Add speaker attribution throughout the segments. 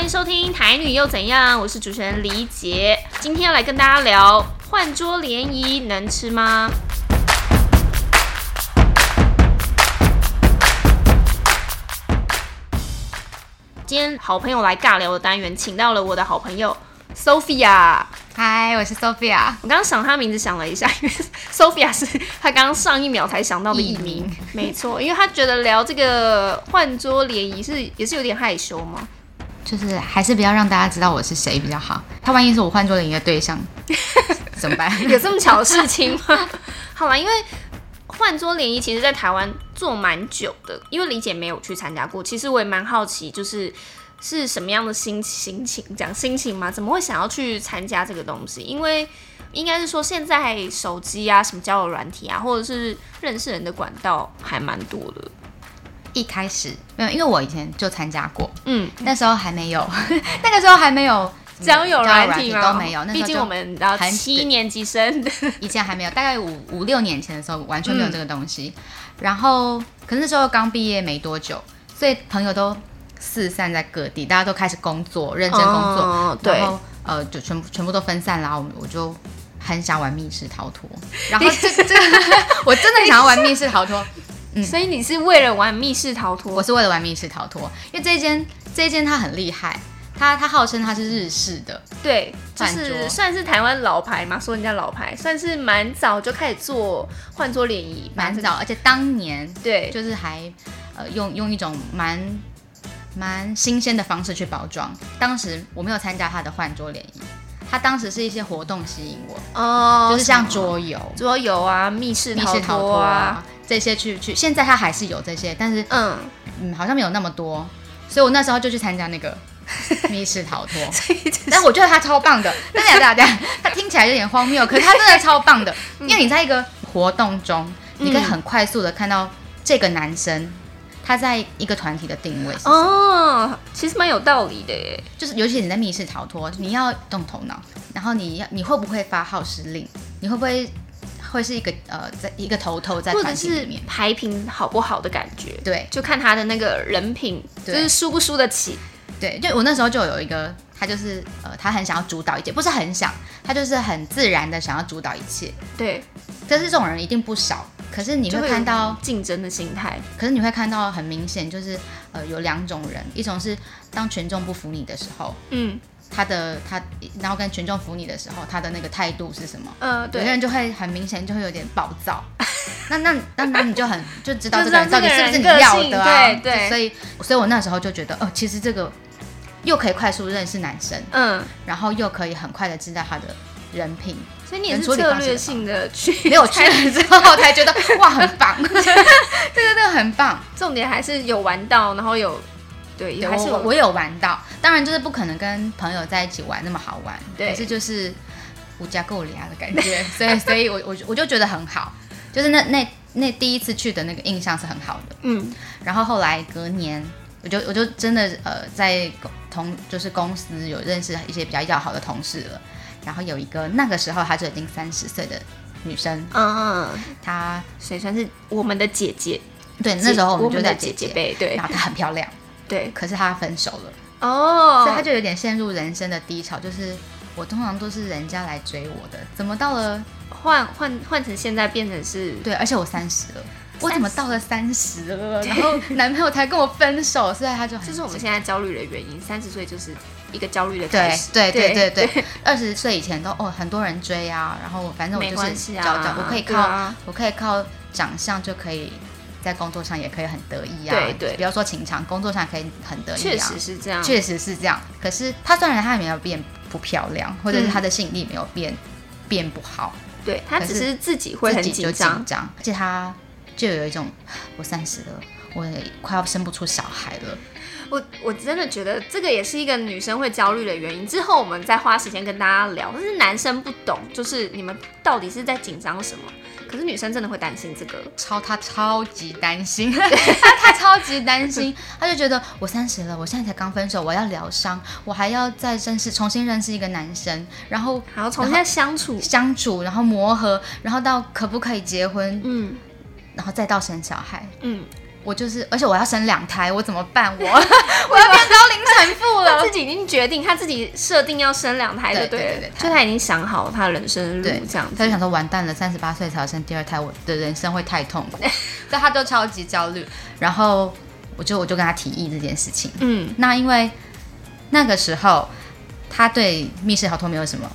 Speaker 1: 迎收听《台女又怎样》，我是主持人黎杰，今天要来跟大家聊换桌联谊能吃吗？今天好朋友来尬聊的单元，请到了我的好朋友 Sophia。
Speaker 2: 嗨，我是 Sophia。
Speaker 1: 我刚刚想他名字想了一下， 因为 Sophia 是他刚刚上一秒才想到的艺
Speaker 2: 艺
Speaker 1: 名
Speaker 2: 名，
Speaker 1: 没错，因为他觉得聊这个换桌联谊是也是有点害羞嘛。
Speaker 2: 就是还是不要让大家知道我是谁比较好。他万一是我换做了你的对象， 怎么办？
Speaker 1: 有这么巧的事情吗？ 好啦，因为换桌联谊其实在台湾做蛮久的，因为李姐没有去参加过，其实我也蛮好奇，就是是什么样的心心情，讲心情嘛，怎么会想要去参加这个东西？因为应该是说现在手机啊，什么交友软体啊，或者是认识人的管道还蛮多的。
Speaker 2: 一开始没有，因为我以前就参加过，
Speaker 1: 嗯，
Speaker 2: 那时候还没有， 那个时候还没有嗯
Speaker 1: 交友软体
Speaker 2: 都没有，那时
Speaker 1: 毕
Speaker 2: 候
Speaker 1: 竟
Speaker 2: 就
Speaker 1: 我们然后
Speaker 2: 很
Speaker 1: 七年级生，
Speaker 2: 以前还没有，大概五五六年前的时候完全没有这个东西。
Speaker 1: 嗯
Speaker 2: 然后，可是那时候刚毕业没多久，所以朋友都四散在各地，大家都开始工作，认真工作，
Speaker 1: 哦对
Speaker 2: 然后呃，就全部全部都分散啦。我我就很想玩密室 逃脱，然后这这个我真的想要玩密室逃脱，
Speaker 1: 所以你是为了玩密室逃脱
Speaker 2: 我是为了玩密室逃脱，因为这一间这一间它很厉害，它它号称它是日式的，
Speaker 1: 对，就
Speaker 2: 饭
Speaker 1: 是
Speaker 2: 桌
Speaker 1: 算是台湾老牌嘛，说人家老牌，算是蛮早就开始做换桌联谊，
Speaker 2: 蛮
Speaker 1: 反正
Speaker 2: 早，而且当年
Speaker 1: 对，
Speaker 2: 就是还呃用用一种蛮蛮新鲜的方式去包装。当时我没有参加他的换桌联谊，他当时是一些活动吸引我，
Speaker 1: 哦
Speaker 2: 就是像桌游、
Speaker 1: 桌游啊、密室
Speaker 2: 密
Speaker 1: 逃
Speaker 2: 室逃
Speaker 1: 脱
Speaker 2: 脱
Speaker 1: 啊
Speaker 2: 啊，这些去去。现在他还是有这些，但是
Speaker 1: 嗯，
Speaker 2: 嗯好像没有那么多，所以我那时候就去参加 那个密室逃脱。
Speaker 1: 所以就是
Speaker 2: 但我觉得他 超棒的，但是大家，他听起来有点荒谬，可是他真的超棒的，
Speaker 1: 嗯
Speaker 2: 因为你在一个活动中，你可以很快速的看到这个男生他在一个团体的定位，
Speaker 1: 哦，其实蛮有道理的耶，
Speaker 2: 就是尤其你在密室逃脱，你要动头脑，然后你要你会不会发号施令，你会不会会是一个呃在一个头头在
Speaker 1: 或者
Speaker 2: 团体
Speaker 1: 是
Speaker 2: 里面，
Speaker 1: 排评好不好的感觉，
Speaker 2: 对
Speaker 1: 就看他的那个人品，就
Speaker 2: 对
Speaker 1: 是输不输得起，
Speaker 2: 对，就我那时候就有一个。他就是呃，他很想要主导一切，不是很想，他就是很自然的想要主导一切。
Speaker 1: 对，
Speaker 2: 但是这种人一定不少，可是你
Speaker 1: 就
Speaker 2: 会
Speaker 1: 有
Speaker 2: 看到
Speaker 1: 竞争的心态，
Speaker 2: 可是你会看到很明显，就是呃有两种人，一种是当群众不服你的时候，
Speaker 1: 嗯
Speaker 2: 他的他，然后跟群众服你的时候，他的那个态度是什么？
Speaker 1: 呃，
Speaker 2: 有些
Speaker 1: 对，
Speaker 2: 人就会很明显就会有点暴躁，那那那那你就很就知道
Speaker 1: 就知
Speaker 2: 这个
Speaker 1: 道
Speaker 2: 人到
Speaker 1: 这个
Speaker 2: 底是不是
Speaker 1: 人
Speaker 2: 你
Speaker 1: 个
Speaker 2: 要
Speaker 1: 性
Speaker 2: 的啊？
Speaker 1: 对对
Speaker 2: 所以所以我那时候就觉得，哦、其实这个又可以快速认识男生，
Speaker 1: 嗯，
Speaker 2: 然后又可以很快的知道他的人品，
Speaker 1: 所以你也
Speaker 2: 能
Speaker 1: 是
Speaker 2: 处理
Speaker 1: 策
Speaker 2: 方式
Speaker 1: 略
Speaker 2: 的
Speaker 1: 性的去，
Speaker 2: 没 有去了之后才觉得哇很棒，对对对，很棒。
Speaker 1: 重点还是有玩到，然后有。对，
Speaker 2: 对
Speaker 1: 还是有
Speaker 2: 我我有玩到，当然就是不可能跟朋友在一起玩那么好玩，
Speaker 1: 对
Speaker 2: 可是就是无家够里啊的感觉，所以所以我我我就觉得很好，就是那那那第一次去的那个印象是很好的，
Speaker 1: 嗯，
Speaker 2: 然后后来隔年我就我就真的呃在公同就是公司有认识一些比较要好的同事了，然后有一个那个时候她就已经三十岁的女生，
Speaker 1: 嗯，
Speaker 2: 她
Speaker 1: 所以算是我们的姐姐。
Speaker 2: 对那时候
Speaker 1: 我
Speaker 2: 我们就
Speaker 1: 们
Speaker 2: 在
Speaker 1: 的
Speaker 2: 姐
Speaker 1: 姐
Speaker 2: 姐，
Speaker 1: 辈，对
Speaker 2: 然后她很漂亮，
Speaker 1: 对
Speaker 2: 可是她分手了。
Speaker 1: 哦，
Speaker 2: 所以他就有点陷入人生的低潮，就是我通常都是人家来追我的，怎么到了
Speaker 1: 换换换成现在变成是，
Speaker 2: 对，而且我三十了，我怎么到了三十 了，然后男朋友才跟我分手，所以他就很
Speaker 1: 这是我们现在焦虑的原因。三十岁就是一个焦虑的开
Speaker 2: 对
Speaker 1: 始，
Speaker 2: 对对对
Speaker 1: 对
Speaker 2: 对，二十岁以前都哦很多人追啊，然后反正我
Speaker 1: 没
Speaker 2: 就是
Speaker 1: 关系啊
Speaker 2: 找找，我可以
Speaker 1: 对
Speaker 2: 靠、
Speaker 1: 啊
Speaker 2: 我可以靠长相就可以。在工作上也可以很得意啊，
Speaker 1: 对对
Speaker 2: 比如说情场，工作上可以很得意、啊，
Speaker 1: 确实是这样，
Speaker 2: 确实是这样。可是她虽然她没有变不漂亮，或者是她的吸引力没有变、变不好，
Speaker 1: 对他只
Speaker 2: 可
Speaker 1: 是自己会很
Speaker 2: 自己就
Speaker 1: 紧
Speaker 2: 紧
Speaker 1: 张，
Speaker 2: 张，而且她就有一种我三十了，我也快要生不出小孩了。
Speaker 1: 我我真的觉得这个也是一个女生会焦虑的原因。之后我们再花时间跟大家聊，但是男生不懂，就是你们到底是在紧张什么？可是女生真的会担心这个，
Speaker 2: 超她超级 担心，她她超级担心，她就觉得我三十了，我现在才刚分手，我要疗伤，我还要再认识重新认识一个男生，然后
Speaker 1: 然后从现在相处，
Speaker 2: 相处，然后磨合，然后到可不可以结婚，
Speaker 1: 嗯
Speaker 2: 然后再到生小孩，
Speaker 1: 嗯，
Speaker 2: 我就是，而且我要生两胎，我怎么办？我我要变高龄产产妇
Speaker 1: 他
Speaker 2: 了
Speaker 1: 自。己已经决定，他自己设定要生两胎就
Speaker 2: 啊对
Speaker 1: 了，
Speaker 2: 对对对
Speaker 1: 就他已经想好他人生的
Speaker 2: 对
Speaker 1: 路，这样
Speaker 2: 他就
Speaker 1: 子。
Speaker 2: 想说完蛋了，三十八岁才要生第二胎，我的人生会太痛苦， 但他就超级焦虑。然后我就我就跟他提议这件事情。
Speaker 1: 嗯，
Speaker 2: 那因为那个时候他对密室逃脱没有什么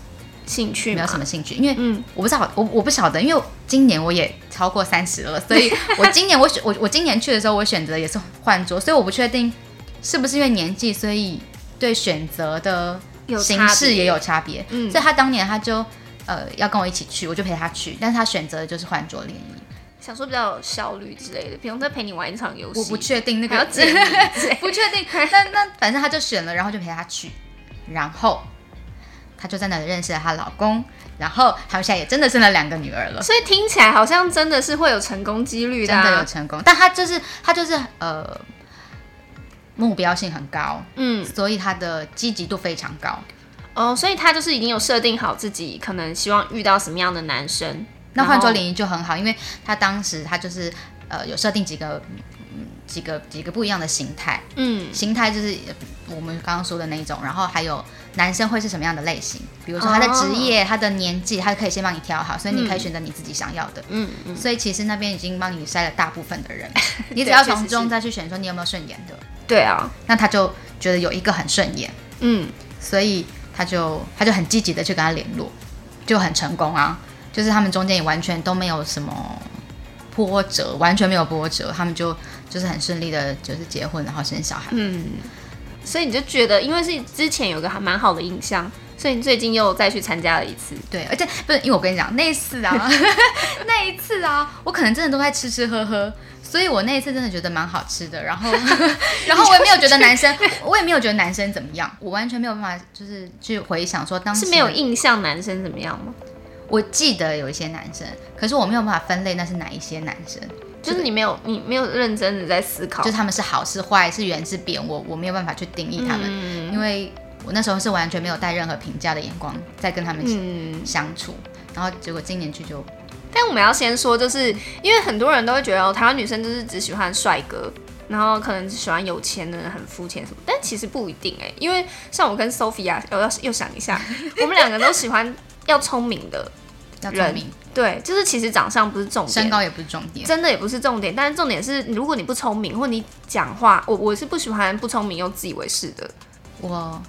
Speaker 1: 兴趣
Speaker 2: 没有
Speaker 1: 嘛
Speaker 2: 什，么兴趣，因为
Speaker 1: 嗯，
Speaker 2: 我不知道，我我不晓得，因为今年我也超过三十了，所以 我今年我选我我今年去的时候，我选择也是换桌，所以我不确定是不是因为年纪，所以对选择的
Speaker 1: 有
Speaker 2: 形
Speaker 1: 差
Speaker 2: 式
Speaker 1: 别
Speaker 2: 也有差别。
Speaker 1: 嗯
Speaker 2: 所以他当年他就呃要跟我一起去，我就陪他去，但是他选择的就是换桌联谊，
Speaker 1: 想说比较有效率之类的，不用再陪你玩一场游戏。
Speaker 2: 我不确定那
Speaker 1: 还要
Speaker 2: 个
Speaker 1: 解谜之类
Speaker 2: 不确定，但那反正他就选了，然后就陪他去，然后他就在那里认识了她老公，然后他们现在也真的生了两个女儿了。
Speaker 1: 所以听起来好像真的是会有成功几率的、
Speaker 2: 真
Speaker 1: 啊，
Speaker 2: 的有成功，但他就是他就是呃目标性很高，
Speaker 1: 嗯，
Speaker 2: 所以他的积极度非常高。
Speaker 1: 哦，所以他就是已经有设定好自己可能希望遇到什么样的男生。
Speaker 2: 那
Speaker 1: 然后
Speaker 2: 换做联谊就很好，因为他当时他就是呃有设定几个、嗯几个几个不一样的形态，
Speaker 1: 嗯，
Speaker 2: 形态就是呃我们刚刚说的那一种，然后还有男生会是什么样的类型，比如说他的职业、他的年纪，他可以先帮你挑好，所以你可以选择你自己想要的。
Speaker 1: 嗯
Speaker 2: 所以其实那边已经帮你筛了大部分 的人，你只要
Speaker 1: 确
Speaker 2: 从
Speaker 1: 实
Speaker 2: 中
Speaker 1: 是
Speaker 2: 再去选说你有没有顺眼的，
Speaker 1: 对啊，
Speaker 2: 那他就觉得有一个很顺眼，
Speaker 1: 嗯，
Speaker 2: 所以他就他就很积极的去跟他联络，就很成功啊。就是他们中间也完全都没有什么波折，完全没有波折，他们就就是很顺利的，就是结婚，然后生小孩。
Speaker 1: 嗯所以你就觉得，因为是之前有个还蛮好的印象，所以你最近又再去参加了一次。
Speaker 2: 对，而且不是因为我跟你讲那一 次啊，那一次啊，我可能真的都在吃吃喝喝，所以我那一次真的觉得蛮好吃的。然后，然后我也没有觉得男生，我也没有觉得男生怎么样，我完全没有办法就是去回想说当时
Speaker 1: 是没有印象男生怎么样吗？
Speaker 2: 我记得有一些男生，可是我没有办法分类那是哪一些男生，
Speaker 1: 就是你没有，你没有认真的在思考，
Speaker 2: 就是他们是好是坏，是圆是扁，我我没有办法去定义他们，
Speaker 1: 嗯
Speaker 2: 因为我那时候是完全没有带任何评价的眼光在跟他们
Speaker 1: 嗯，
Speaker 2: 相处，然后结果今年去就
Speaker 1: 但我们要先说，就是因为很多人都会觉得哦，台湾女生就是只喜欢帅哥，然后可能只喜欢有钱的人，很肤浅什么。但其实不一定哎、因为像我跟 Sophia 又要又想一 下，我们两个都喜欢要聪明的，
Speaker 2: 要
Speaker 1: 人
Speaker 2: 聪明，
Speaker 1: 对，就是其实长相不是重
Speaker 2: 身
Speaker 1: 点。
Speaker 2: 高也不是重点，
Speaker 1: 真的也不是重点，但是重点是，如果你不聪明，或你讲话，我我是不喜欢不聪明又自以为是的。
Speaker 2: 我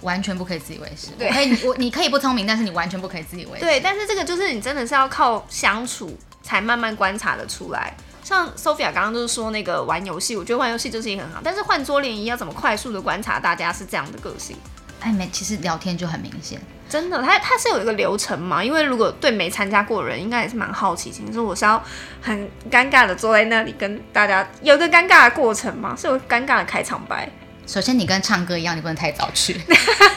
Speaker 2: 完全不可以自以为是，
Speaker 1: 对
Speaker 2: 我可以你我你可以不聪明，但是你完全不可以自以为是。
Speaker 1: 对，但是这个就是你真的是要靠相处才慢慢观察的出来。像 Sophia 刚刚就是说那个玩游戏，我觉得玩游戏就是一个很好，但是换桌联谊要怎么快速的观察大家是这样的个性？
Speaker 2: 哎，没，其实聊天就很明显，
Speaker 1: 真的，它它是有一个流程嘛？因为如果对没参加过的人，应该也是蛮好奇心，说我是要很尴尬的坐在那里跟大家有一个尴尬的过程嘛，是有尴尬的开场白。
Speaker 2: 首先，你跟唱歌一样，你不能太早去，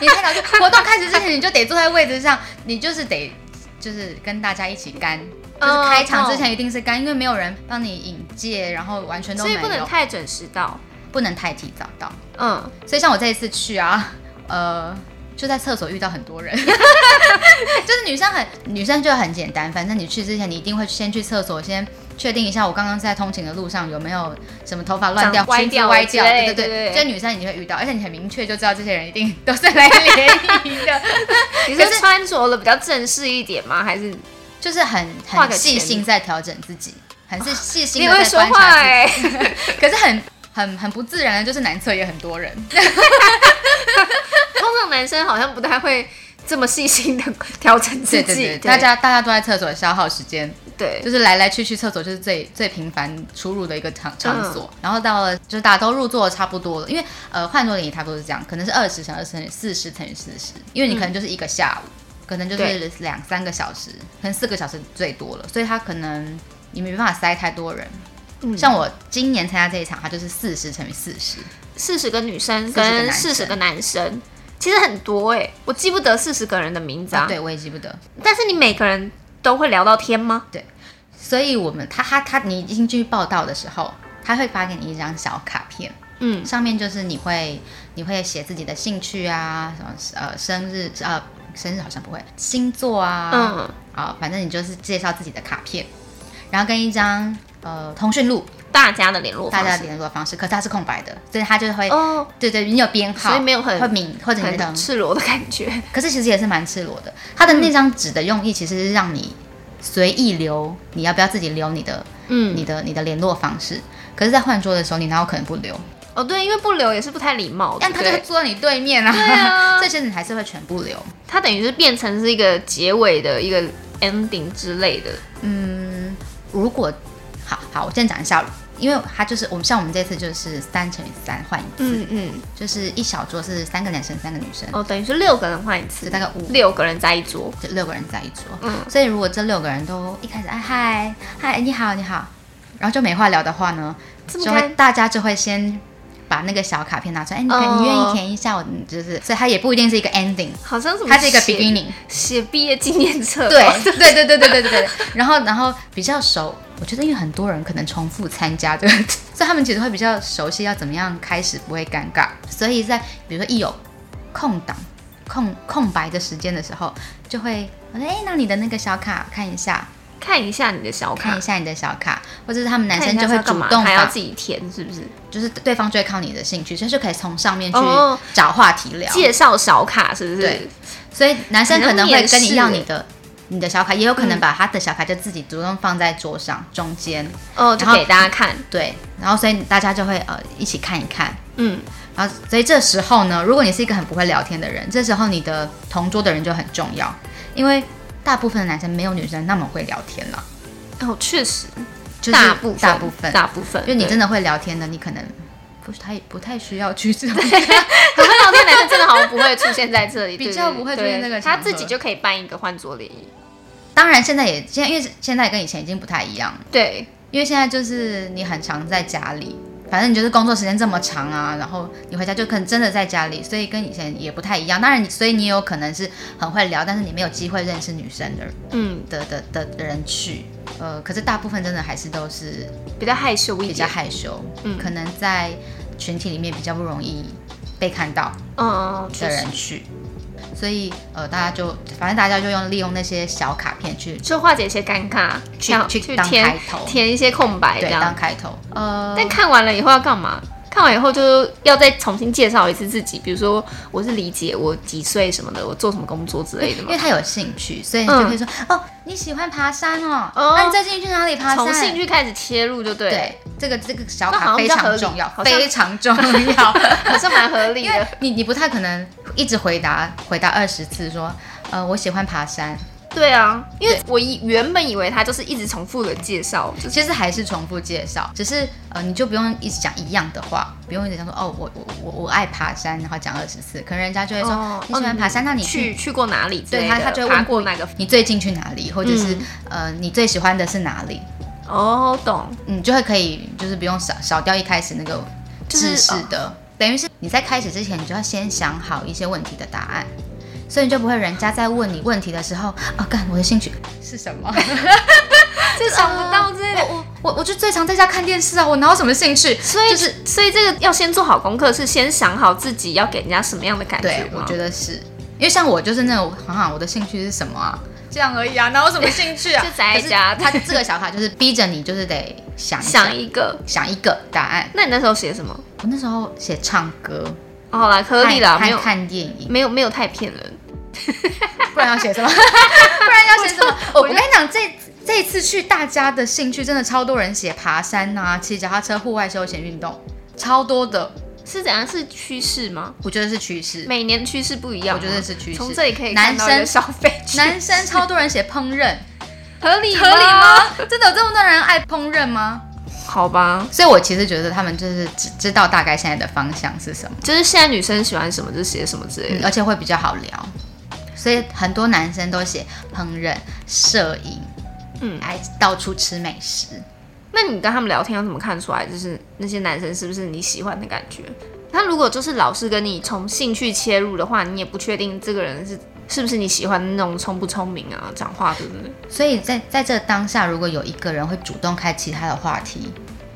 Speaker 2: 你太早去，活动开始之前你就得坐在位置上，你就是得就是跟大家一起干，
Speaker 1: 哦
Speaker 2: 就是开场之前一定是干，因为没有人帮你引介，然后完全都
Speaker 1: 所
Speaker 2: 没
Speaker 1: 以
Speaker 2: 有，
Speaker 1: 不能太准时到。
Speaker 2: 不能太提早到。
Speaker 1: 嗯，
Speaker 2: 所以像我这一次去啊，呃，就在厕所遇到很多人， 就是女生很女生就很简单，反正你去之前你一定会先去厕所先。确定一下，我刚刚在通勤的路上有没有什么头发乱掉、
Speaker 1: 长歪
Speaker 2: 裙子
Speaker 1: 掉
Speaker 2: 歪
Speaker 1: 之
Speaker 2: 掉？
Speaker 1: 类
Speaker 2: 对对
Speaker 1: 对对
Speaker 2: 对，
Speaker 1: 对
Speaker 2: 就女生你会遇到，而且你很明确就知道这些人一定都是来联谊 的，
Speaker 1: 你
Speaker 2: 可
Speaker 1: 是
Speaker 2: 是
Speaker 1: 穿着的比较正式一点吗？还是
Speaker 2: 就是很
Speaker 1: 画个
Speaker 2: 很细
Speaker 1: 圈
Speaker 2: 心在调整自己，很是细心
Speaker 1: 你
Speaker 2: 的
Speaker 1: 会
Speaker 2: 在
Speaker 1: 说
Speaker 2: 观
Speaker 1: 话
Speaker 2: 察自己。
Speaker 1: 哎、
Speaker 2: 可是很很很不自然的，就是男厕也很多人，
Speaker 1: 通常男生好像不太会这么细心的调整自己，
Speaker 2: 对对对，大家大家都在厕所消耗时间，
Speaker 1: 对
Speaker 2: 就是来来去去，厕所就是最最频繁出入的一个场场所。
Speaker 1: 嗯
Speaker 2: 然后到了就是大家都入座差不多了，因为呃换座椅差不多是这样，可能是二十乘二十乘以四十乘以四十，因为你可能就是一个下午，可能就是
Speaker 1: 嗯对
Speaker 2: 两三个小时，可能四个小时最多了，所以他可能你没办法塞太多人。
Speaker 1: 嗯
Speaker 2: 像我今年参加这一场，它就是四十乘以四十，
Speaker 1: 四十个女生
Speaker 2: 40个
Speaker 1: 跟
Speaker 2: 男生
Speaker 1: 四十个男生，其实很多哎、我记不得四十个人的名字啊。
Speaker 2: 对我也记不得。
Speaker 1: 但是你每个人都会聊到天吗？
Speaker 2: 所以我们他他他，你已经去报道的时候，他会发给你一张小卡片，
Speaker 1: 嗯，
Speaker 2: 上面就是你会你会写自己的兴趣啊，什么呃生日呃生日好像不会，星座啊，啊、
Speaker 1: 嗯，
Speaker 2: 反正你就是介绍自己的卡片，然后跟一张呃通讯录，
Speaker 1: 大家的联络
Speaker 2: 大
Speaker 1: 方
Speaker 2: 家的
Speaker 1: 式。
Speaker 2: 联络方式，可是它是空白的，所以它就会，
Speaker 1: 哦，
Speaker 2: 对对，你有编号，
Speaker 1: 所以没有很
Speaker 2: 会明或者你的
Speaker 1: 很，赤裸的感觉，
Speaker 2: 可是其实也是蛮赤裸的。它的
Speaker 1: 嗯
Speaker 2: 那张纸的用意其实是让你随意留，你要不要自己留你的、
Speaker 1: 嗯，
Speaker 2: 你的、你的联络方式？可是，在换桌的时候，你哪有可能不留？
Speaker 1: 哦对，因为不留也是不太礼貌的，
Speaker 2: 但他就
Speaker 1: 对
Speaker 2: 会坐在你对面啊，
Speaker 1: 对 啊
Speaker 2: 所以其实你还是会全部留。
Speaker 1: 它等于是变成是一个结尾的一个 ending 之类的，
Speaker 2: 嗯，如果好好，我先讲一下，因为他就是我们像我们这次就是三乘以三换一次，
Speaker 1: 嗯嗯，
Speaker 2: 就是一小桌是三个男生三个女生，
Speaker 1: 哦，等于是六个人换一次
Speaker 2: 就，大概五
Speaker 1: 六个人在一桌，
Speaker 2: 就六个人在一桌。
Speaker 1: 嗯
Speaker 2: 所以如果这六个人都一开始哎嗨嗨你好你好，然后就没话聊的话呢，
Speaker 1: 这么
Speaker 2: 就会
Speaker 1: 干，
Speaker 2: 大家就会先。把那个小卡片拿出来，哎，你可
Speaker 1: 哦
Speaker 2: 你愿意填一下我，就是，所以它也不一定是一个 ending，
Speaker 1: 好像什么
Speaker 2: 它是一个
Speaker 1: 写
Speaker 2: beginning，
Speaker 1: 写毕业纪念 册，
Speaker 2: 对对对对对对对对。然后然后比较熟，我觉得因为很多人可能重复参加这个， 所以他们其实会比较熟悉要怎么样开始不会尴尬。所以在比如说一有空档、空空白的时间的时候，就会我说哎，那你的那个小卡看一下，
Speaker 1: 看一下你的小
Speaker 2: 看
Speaker 1: 卡
Speaker 2: 一，下你的小卡，或者是他们男
Speaker 1: 看
Speaker 2: 生
Speaker 1: 一下
Speaker 2: 就是会
Speaker 1: 要干
Speaker 2: 主
Speaker 1: 嘛
Speaker 2: 动
Speaker 1: 还要
Speaker 2: 把，
Speaker 1: 自己填，是不是？
Speaker 2: 就是对方就会靠你的兴趣，所以就可以从上面去
Speaker 1: 哦
Speaker 2: 找话题聊。
Speaker 1: 介绍小卡是不是
Speaker 2: 对？所以男生可能会跟你要
Speaker 1: 很像面欸试
Speaker 2: 你的你的小卡，也有
Speaker 1: 嗯
Speaker 2: 可能把他的小卡就自己主动放在桌上中间，
Speaker 1: 哦，就
Speaker 2: 然后
Speaker 1: 给大家看，
Speaker 2: 对，然后所以大家就会呃一起看一看。
Speaker 1: 嗯，
Speaker 2: 然后，所以这时候呢，如果你是一个很不会聊天的人，这时候你的同桌的人就很重要，因为大部分的男生没有女生那么会聊天了，
Speaker 1: 哦，确实，
Speaker 2: 就是
Speaker 1: 大部分
Speaker 2: 大部分，
Speaker 1: 大部分，
Speaker 2: 就你
Speaker 1: 对
Speaker 2: 真的会聊天的，你可能不太不太需要去这种
Speaker 1: 很会聊天的男生真的好像不会出现在这 里，
Speaker 2: 比
Speaker 1: 对对
Speaker 2: 较
Speaker 1: 对
Speaker 2: 不会出
Speaker 1: 对
Speaker 2: 现这个
Speaker 1: 他
Speaker 2: 场合
Speaker 1: 自己就可以办一个换桌联谊。
Speaker 2: 当然，现在也现在因为现在跟以前已经不太一样了，
Speaker 1: 对，
Speaker 2: 因为现在就是你很常在家里，反正你就是工作时间这么长啊，然后你回家就可能真的在家里，所以跟以前也不太一样。当然你，所以你有可能是很会聊，但是你没有机会认识女生的
Speaker 1: 嗯，
Speaker 2: 的的的的人去。呃，可是大部分真的还是都是
Speaker 1: 比较害羞一
Speaker 2: 比较
Speaker 1: 点，
Speaker 2: 害羞，
Speaker 1: 嗯
Speaker 2: 可能在群体里面比较不容易被看到
Speaker 1: 嗯，确
Speaker 2: 的
Speaker 1: 实
Speaker 2: 人，去。所以呃，大家就反正大家就用利用那些小卡片去
Speaker 1: 就化解一些尴尬，
Speaker 2: 去
Speaker 1: 然后
Speaker 2: 去
Speaker 1: 去
Speaker 2: 当开
Speaker 1: 填
Speaker 2: 头，
Speaker 1: 填一些空白这
Speaker 2: 对，当
Speaker 1: 样。
Speaker 2: 开头。呃，
Speaker 1: 但看完了以后要干嘛？看完以后就要再重新介绍一次自己，比如说我是理解我几岁什么的，我做什么工作之类的
Speaker 2: 因
Speaker 1: 嘛
Speaker 2: 为。他有兴趣，所以就会说、哦，你喜欢爬山哦，
Speaker 1: 嗯哦
Speaker 2: 那你最近去哪里爬山？
Speaker 1: 从兴趣开始切入就对了，
Speaker 2: 对，这个这个小
Speaker 1: 那好
Speaker 2: 卡
Speaker 1: 像
Speaker 2: 非
Speaker 1: 比较合
Speaker 2: 常
Speaker 1: 理
Speaker 2: 重要，
Speaker 1: 好像
Speaker 2: 非常重要，
Speaker 1: 好像蛮合理
Speaker 2: 因为
Speaker 1: 的。
Speaker 2: 你你不太可能一直回答回答二十次说，呃，我喜欢爬山，
Speaker 1: 对啊，因为我以原本以为他就是一直重复的介绍，就是
Speaker 2: 其实还是重复介绍，只是呃，你就不用一直讲一样的话，不用一直讲说哦，我我我我爱爬山，然后讲二十次，可能人家就会说、
Speaker 1: 哦
Speaker 2: 你喜欢爬山，那你去
Speaker 1: 去去过哪里之类
Speaker 2: 对
Speaker 1: 的，
Speaker 2: 他他就会
Speaker 1: 爬
Speaker 2: 问
Speaker 1: 过哪个
Speaker 2: 你最近去哪里，或者是、
Speaker 1: 嗯
Speaker 2: 呃，你最喜欢的是哪里？
Speaker 1: 哦，懂，
Speaker 2: 你嗯就会可以就是不用少少掉一开始那个
Speaker 1: 就是
Speaker 2: 知识的，等于是你在开始之前，你就要先想好一些问题的答案，所以你就不会人家在问你问题的时候，哦，干我的兴趣是什么？
Speaker 1: 就想不到之类的。
Speaker 2: 啊我我我就最常在家看电视啊，我哪有什么兴趣？
Speaker 1: 所以
Speaker 2: 就是
Speaker 1: 所以这个要先做好功课，是先想好自己要给人家什么样的感觉
Speaker 2: 对，我觉
Speaker 1: 得
Speaker 2: 得是因为像我就是那种，好好我的兴趣是什么啊？这样而已啊，哪有什么兴 趣啊？
Speaker 1: 就宅在家
Speaker 2: 可是他这个小卡就是逼着你，就是得想
Speaker 1: 想
Speaker 2: 一
Speaker 1: 一个。
Speaker 2: 想一个答案。
Speaker 1: 那你那时候写什么？
Speaker 2: 我那时候写唱歌，
Speaker 1: 哦好啦，合理啦，没
Speaker 2: 看
Speaker 1: 有
Speaker 2: 看电影，
Speaker 1: 没有没有太骗人。
Speaker 2: 不然要写什么？不然要写什么？哦我
Speaker 1: 我
Speaker 2: 我跟你讲，这这一次去，大家的兴趣真的超多人写爬山啊、骑脚踏车、户外休闲运动，超多的。
Speaker 1: 是怎样？是趋势吗？
Speaker 2: 我觉得是趋势，
Speaker 1: 每年趋势不一样
Speaker 2: 我
Speaker 1: 吗，
Speaker 2: 觉得是趋势。
Speaker 1: 从这里可以看
Speaker 2: 男
Speaker 1: 到一个
Speaker 2: 生
Speaker 1: 消费趋
Speaker 2: 男生超多人写烹饪，
Speaker 1: 合理
Speaker 2: 合理吗？？真的有这么多人爱烹饪吗？
Speaker 1: 好吧，
Speaker 2: 所以我其实觉得他们就是只知道大概现在的方向是什么，
Speaker 1: 就是现在女生喜欢什么就写什么之类
Speaker 2: 嗯
Speaker 1: 的。
Speaker 2: 而且会比较好聊。所以很多男生都写烹饪、摄影，
Speaker 1: 嗯
Speaker 2: 爱到处吃美食。
Speaker 1: 那你跟他们聊天要怎么看出来，就是那些男生是不是你喜欢的感觉？他如果就是老是跟你从兴趣切入的话，你也不确定这个人是是不是你喜欢的那种聪不聪明啊，讲话对不对？
Speaker 2: 所以在在这当下，如果有一个人会主动开其他的话题，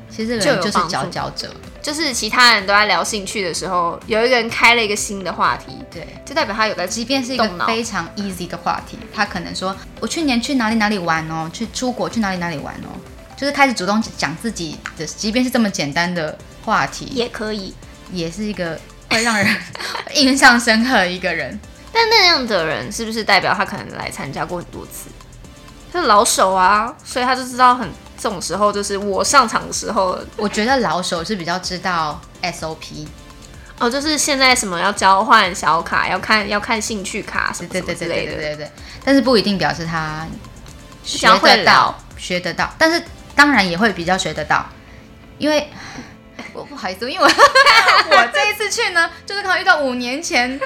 Speaker 2: 其实这
Speaker 1: 就
Speaker 2: 个
Speaker 1: 有
Speaker 2: 人就是
Speaker 1: 帮助
Speaker 2: 佼佼者。
Speaker 1: 就是其他人都在聊兴趣的时候，有一个人开了一个新的话题，
Speaker 2: 对，
Speaker 1: 就代表他有在
Speaker 2: 即便是一个
Speaker 1: 动脑
Speaker 2: 非常 easy 的话题，他可能说：“我去年去哪里哪里玩哦，去出国去哪里哪里玩哦。”就是开始主动讲自己的，即便是这么简单的话题，
Speaker 1: 也可以。
Speaker 2: 也是一个会 让人印象深刻的一个人。
Speaker 1: 但那样的人是不是代表他可能来参加过很多次？他是老手啊，所以他就知道很这种时候就是我上场的时候
Speaker 2: 我觉得老手是比较知道 SOP，
Speaker 1: 哦，就是现在什么要交换小卡，要看要看兴趣卡什
Speaker 2: 对
Speaker 1: 么什么
Speaker 2: 对对
Speaker 1: 之
Speaker 2: 对
Speaker 1: 类的
Speaker 2: 对对。对对，但是不一定表示他学
Speaker 1: 较会
Speaker 2: 得到
Speaker 1: 老，
Speaker 2: 学得到，但是当然也会比较学得到，因为。 我不好意思， 因为我我这一次去呢， 就是刚好遇到五年前，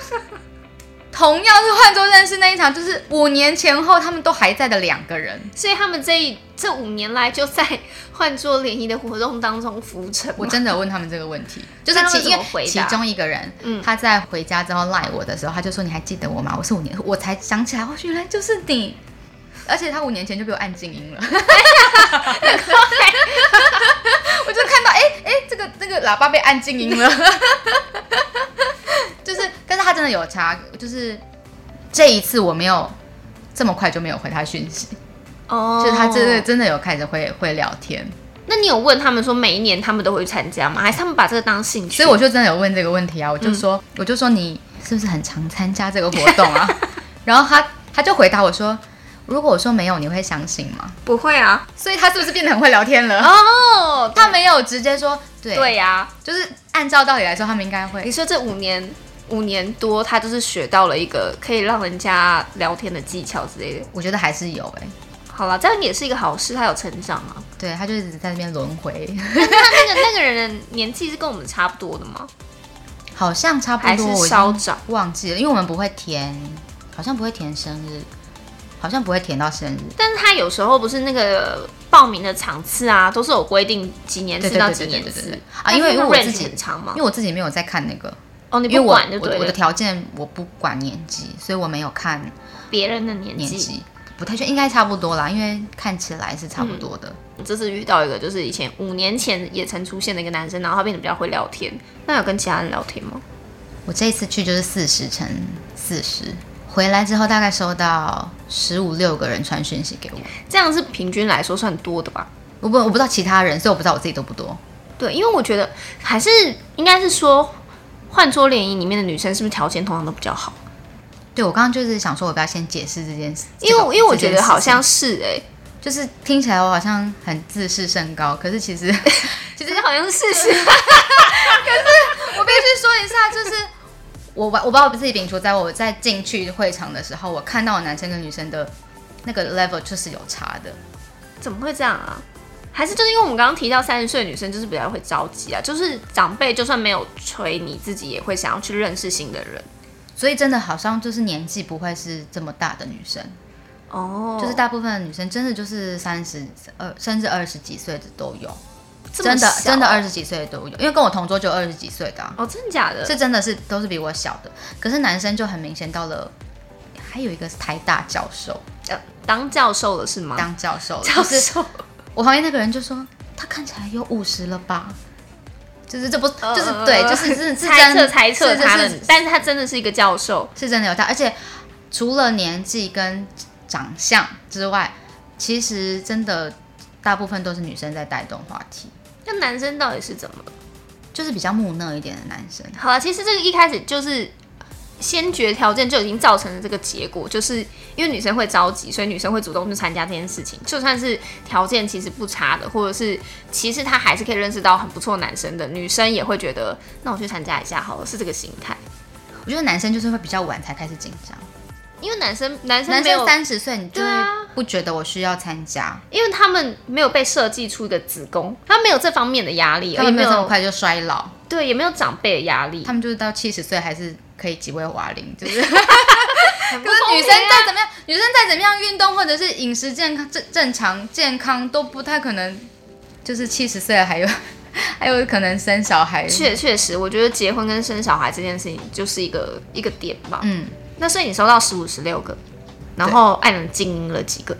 Speaker 2: 同样是换州认识那一场，就是五年前后他们都还在的两个人，
Speaker 1: 所以他们这一这五年来就在 换桌联谊的活动当中浮沉嘛。
Speaker 2: 我真的有问他们这个问 题，就是
Speaker 1: 那他们
Speaker 2: 其
Speaker 1: 怎
Speaker 2: 因
Speaker 1: 么
Speaker 2: 为
Speaker 1: 回
Speaker 2: 其
Speaker 1: 答
Speaker 2: 中一个人，
Speaker 1: 嗯
Speaker 2: 他在回家之后赖我的时候，他就说：“你还记得我吗？”我是五年，我才想起来，哦，原来就是你。 而且他五年前就被我按静 音了，我就看到，哎、哎、这个这个喇叭被按静音了， 就是，但是他真的有差，就是这一次我没有这么快就没有回他讯息，
Speaker 1: 哦
Speaker 2: 就是他真的。真的有开始会会聊天，
Speaker 1: 那你有问他们说每一年他们都会参加吗？还是他们把这个当兴趣？
Speaker 2: 所以我就真的有问这个问题啊，
Speaker 1: 嗯
Speaker 2: 我就说，我就说你是不是很常参加这个活动 啊？然后他他就回答我说，如果我说没有，你会相信吗？
Speaker 1: 不会啊。
Speaker 2: 所以他是不是变得很会聊天了？
Speaker 1: 哦，
Speaker 2: 他没有直接说对，
Speaker 1: 对呀、
Speaker 2: 就是按照道理来说，他们应该
Speaker 1: 你
Speaker 2: 会。
Speaker 1: 说这五年五年多，他就是学到了一个可以让人家聊天的技巧之类的。
Speaker 2: 我觉得还是有哎、
Speaker 1: 好了，这样也是一个好事，他有成长啊。
Speaker 2: 对他就一直在那边轮回，
Speaker 1: 那那个那个人的年纪是跟我们差不多的吗？
Speaker 2: 好像差不
Speaker 1: 还
Speaker 2: 多，我
Speaker 1: 是
Speaker 2: 已
Speaker 1: 稍
Speaker 2: 经
Speaker 1: 长？
Speaker 2: 忘记了，因为我们不会填，好像不会填生日，好像不会填到生日。
Speaker 1: 但是他有时候不是那个报名的场次啊，都是有规定几年
Speaker 2: 对
Speaker 1: 次
Speaker 2: 对
Speaker 1: 到
Speaker 2: 对
Speaker 1: 几
Speaker 2: 对对
Speaker 1: 年
Speaker 2: 对对
Speaker 1: 次
Speaker 2: 对啊！因为因为我自
Speaker 1: range
Speaker 2: 己
Speaker 1: 很，长嘛
Speaker 2: 因为。我自己没有在看那个，
Speaker 1: 哦，你
Speaker 2: 因为
Speaker 1: 不
Speaker 2: 我
Speaker 1: 管就
Speaker 2: 我
Speaker 1: 对
Speaker 2: 我的
Speaker 1: 了，
Speaker 2: 条件我不管年纪，所以我没有看
Speaker 1: 别人的年
Speaker 2: 年
Speaker 1: 纪。
Speaker 2: 纪，不太确，应该差不多啦，因为看起来是
Speaker 1: 嗯
Speaker 2: 差不多的。
Speaker 1: 这次遇到一个就是以前五年前也曾出现的一个男生，然后他变得比较会聊天。那有跟其他人聊天吗？
Speaker 2: 我这一次去就是四十乘四十，回来之后大概收到十五六个人传讯息给我，
Speaker 1: 这样是平均来说算多的吧？
Speaker 2: 我不我不知道其他人，所以我不知道我自己多不多。
Speaker 1: 对，因为我觉得还是应该是说，换桌联谊里面的女生是不是条件通常都比较好？
Speaker 2: 对我刚刚就是想说，我不要先解释这件事，
Speaker 1: 因为
Speaker 2: 这
Speaker 1: 我
Speaker 2: 个
Speaker 1: 因为我
Speaker 2: 这件
Speaker 1: 觉得好
Speaker 2: 事情
Speaker 1: 像是哎、
Speaker 2: 就是听起来我好像很自视甚高，可是 其实
Speaker 1: 其实好像是 事实。
Speaker 2: 我必须说一下，就是我把我把我自己摒除在外我在进去会场的时候，我看到的男生跟女生的那个 level 就是有差的。
Speaker 1: 怎么会这样啊？还是就是因为我们刚刚提到三十岁女生就是比较会着急啊，就是长辈就算没有催你，自己也会想要去认识新的人。
Speaker 2: 所以真的好像就是年纪不会是这么大的女生，
Speaker 1: 哦
Speaker 2: 就是大部分的女生真的就是三十二甚至二十几岁的都有，
Speaker 1: 这么
Speaker 2: 真的
Speaker 1: 小啊
Speaker 2: 真的二十几岁的都有，因为跟我同桌就二十几岁的、啊，
Speaker 1: 哦，真的假的？
Speaker 2: 这真的是都是比我小的。可是男生就很明显到了，还有一个是台大教授
Speaker 1: 呃当教授了是吗？
Speaker 2: 当教授了，
Speaker 1: 教
Speaker 2: 就是
Speaker 1: 授，
Speaker 2: 我旁边那个人就说：“他看起来有五十了吧？”就是这不
Speaker 1: 呃
Speaker 2: 就是对，就是是是
Speaker 1: 猜
Speaker 2: 真
Speaker 1: 测猜测
Speaker 2: 是
Speaker 1: 他的
Speaker 2: 是，
Speaker 1: 但是他真的是一个教授，
Speaker 2: 是真的有他，而且除了年纪跟长相之外，其实真的大部分都是女生在带动话题，
Speaker 1: 那男生到底是怎么了？
Speaker 2: 就是比较木讷一点的男生。啊
Speaker 1: 好了，其实这个一开始就是先决条件就已经造成了这个结果，就是因为女生会着急，所以女生会主动去参加这件事情。就算是条件其实不差的，或者是其实她还是可以认识到很不错男生的，女生也会觉得那我去参加一下好了，是这个心态。
Speaker 2: 我觉得男生就是会比较晚才开始紧张，
Speaker 1: 因为男生男生
Speaker 2: 男
Speaker 1: 没有
Speaker 2: 生，三十岁你就
Speaker 1: 对
Speaker 2: 会
Speaker 1: 啊
Speaker 2: 不觉得我需要参加，
Speaker 1: 因为他们没有被设计出一个子宫，他没有这方面的压力，
Speaker 2: 他
Speaker 1: 也
Speaker 2: 们没
Speaker 1: 没
Speaker 2: 有这么
Speaker 1: 有
Speaker 2: 快就衰老，
Speaker 1: 对，也没有长辈的压力
Speaker 2: 他。们就是到七十岁还是可以几位华龄，就是。
Speaker 1: 可
Speaker 2: 可是女生
Speaker 1: 啊
Speaker 2: 再怎么样，女生再怎么样运动或者是饮食健康正正常健康都不太可能，就是七十岁了还有 还有可能生小孩。
Speaker 1: 确确实，我觉得结婚跟生小孩这件事情就是一个一个点吧。
Speaker 2: 嗯，
Speaker 1: 那所以你收到十五、十六个，然后艾伦静音了几个，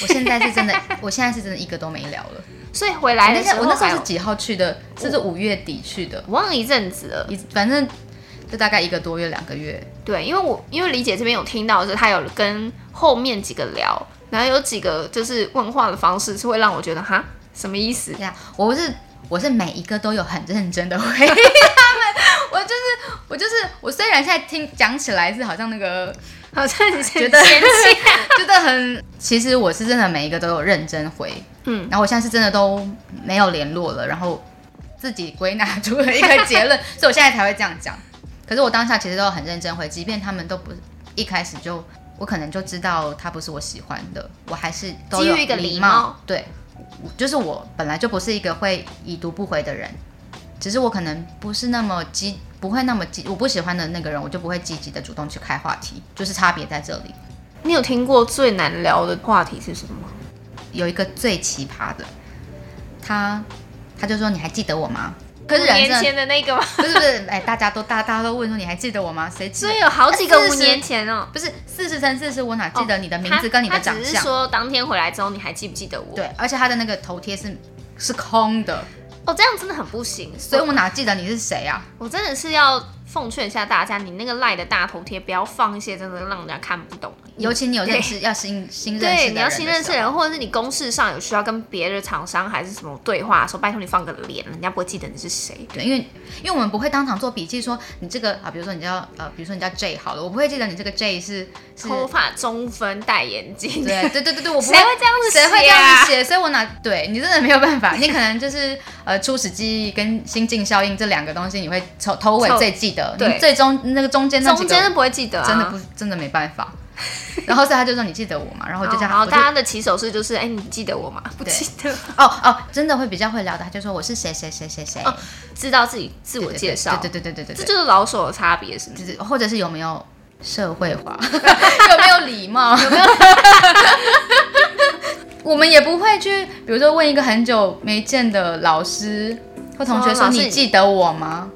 Speaker 2: 我现在是真的， 我现在是真的一个都没聊了。
Speaker 1: 所以回来
Speaker 2: 那
Speaker 1: 的时
Speaker 2: 天
Speaker 1: 候
Speaker 2: 我那时
Speaker 1: 哎还
Speaker 2: 候
Speaker 1: 有
Speaker 2: 是几号去的？是不是五月底去的？
Speaker 1: 我忘了一阵子了。
Speaker 2: 一反正就大概一个多月、两个月。
Speaker 1: 对，因为我因为李姐这边有听到，就是她有跟后面几个聊，然后有几个就是问话的方式是会让我觉得哈什么意思？
Speaker 2: 对啊，我是我是每一个都有很认真的回他们，我就是我就是我虽然现在听讲起来是好像那个
Speaker 1: 好像你是
Speaker 2: 觉得
Speaker 1: 嫌弃
Speaker 2: 觉得很，其实我是真的每一个都有认真回，
Speaker 1: 嗯，
Speaker 2: 然后我现在是真的都没有联络了，然后自己归纳出了一个结论， 所以我现在才会这样讲。可是我当下其实都很认真回，即便他们都不一开始就，我可能就知道他不是我喜欢的，我还是都有
Speaker 1: 基于一个
Speaker 2: 礼
Speaker 1: 礼貌，
Speaker 2: 对，我就是我本来就不是一个会已读不回的人，只是我可能不是那么积，不会那么积，我不喜欢的那个人，我就不会积极的主动去开话题，就是差别在这里。
Speaker 1: 你有听过最难聊的话题是什么？
Speaker 2: 有一个最奇葩的，他他就说你还记得我吗？可是人
Speaker 1: 年
Speaker 2: 真的
Speaker 1: 前的那个 吗？
Speaker 2: 不是不是，哎，大家都大大家都问说你还记得我吗？谁记
Speaker 1: 所以有好几个
Speaker 2: 40
Speaker 1: 五年前哦。
Speaker 2: 不是四十乘四十，我哪记得你的名
Speaker 1: 他
Speaker 2: 字跟你的长
Speaker 1: 啊哦他只是
Speaker 2: 相？
Speaker 1: 说当天回来之后，你还记不记得我？
Speaker 2: 对，而且他的那个头贴是是空的，
Speaker 1: 哦，这样真的很不行。
Speaker 2: 所
Speaker 1: 所
Speaker 2: 以
Speaker 1: 以
Speaker 2: 我哪记得你是谁啊？
Speaker 1: 我真的是要奉劝一下大家，你那个赖的大头贴不要放一些真的让人家看不懂的。
Speaker 2: 尤其你有认识要新新认识
Speaker 1: 对，
Speaker 2: 的
Speaker 1: 你要
Speaker 2: 人
Speaker 1: 新
Speaker 2: 的
Speaker 1: 认
Speaker 2: 时
Speaker 1: 识的人，或者是你公事上有需要跟别的厂商还是什么对话的时候，拜托你放个脸，人家不会记得你是谁。
Speaker 2: 对，因为因为我们不会当场做笔记说你这个啊，比如说你叫呃，比如说你叫 J 好了，我不会记得你这个 J 是是
Speaker 1: 头发中分，戴眼镜，
Speaker 2: 对 对对对对，我不
Speaker 1: 谁会这样子
Speaker 2: 谁会
Speaker 1: 写
Speaker 2: 这样
Speaker 1: 啊
Speaker 2: 子写？所以我哪对你真的没有办法，你可能就是呃初始记忆跟心境效应这两个东西，你会头头尾
Speaker 1: 凑
Speaker 2: 最记得，
Speaker 1: 对
Speaker 2: 你最终那个中间那几
Speaker 1: 中
Speaker 2: 个
Speaker 1: 间是不会记得、啊，
Speaker 2: 真的不真的没办法。然后所以他就说你记得我嘛，然后我就叫
Speaker 1: 然后
Speaker 2: 他，
Speaker 1: 大
Speaker 2: 我
Speaker 1: 家哦的起手式就是，哎、你记得我吗？不
Speaker 2: 对
Speaker 1: 记得，
Speaker 2: 就哦哦，真的会比较会聊的，他就说我是谁谁谁谁谁，
Speaker 1: 哦知道自己自
Speaker 2: 对
Speaker 1: 我介绍，
Speaker 2: 对对对对对
Speaker 1: 这
Speaker 2: 对
Speaker 1: 就是老手的差别，是不是？
Speaker 2: 对，就是或者是有没有社会化， 有没有礼貌，有没有。 我们也不会去，比如说问一个很久没见的老师或同学
Speaker 1: 说
Speaker 2: 说：“
Speaker 1: 老师
Speaker 2: 你记得我吗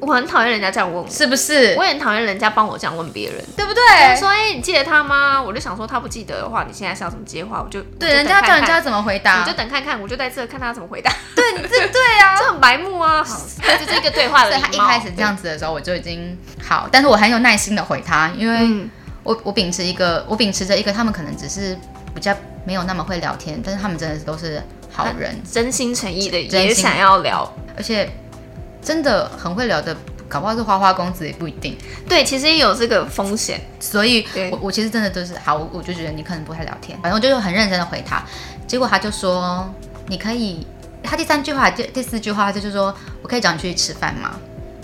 Speaker 1: 我很讨厌人家这样问我？”，
Speaker 2: 是不是
Speaker 1: 我？也很讨厌人家帮我这样问别人。
Speaker 2: 对不对？
Speaker 1: 说，哎、你记得他吗？我就想说，他不记得的话，你现在是要怎么接话？我就
Speaker 2: 对，人家叫人，家
Speaker 1: 我就等看看
Speaker 2: 怎么回
Speaker 1: 我
Speaker 2: 答
Speaker 1: 就？ 等看看，我就在这看他怎么回答，
Speaker 2: 对，你这对 啊。
Speaker 1: 这很白目啊！好，这就是一个对话的
Speaker 2: 所以
Speaker 1: 礼貌。
Speaker 2: 他一开始这样子的时候，我就已经好，但是我很有耐心的回他，因
Speaker 1: 对，
Speaker 2: 为
Speaker 1: 嗯，
Speaker 2: 我我秉持一个，我秉持着一个，他们可能只是比较没有那么会聊天，但是他们真的都是
Speaker 1: 啊
Speaker 2: 好人，
Speaker 1: 真心诚意的
Speaker 2: 真
Speaker 1: 也
Speaker 2: 心
Speaker 1: 想要聊。
Speaker 2: 而且真的很会聊的，搞不好是花花公子也不一定。
Speaker 1: 对，其实也有这个风险。
Speaker 2: 所以
Speaker 1: 对
Speaker 2: 我我其实真的就是好，我我就觉得你可能不太聊天，反正我就很认真的回他，结果他就说你可以，他第三句话第第四句话他就说我可以找你去吃饭吗？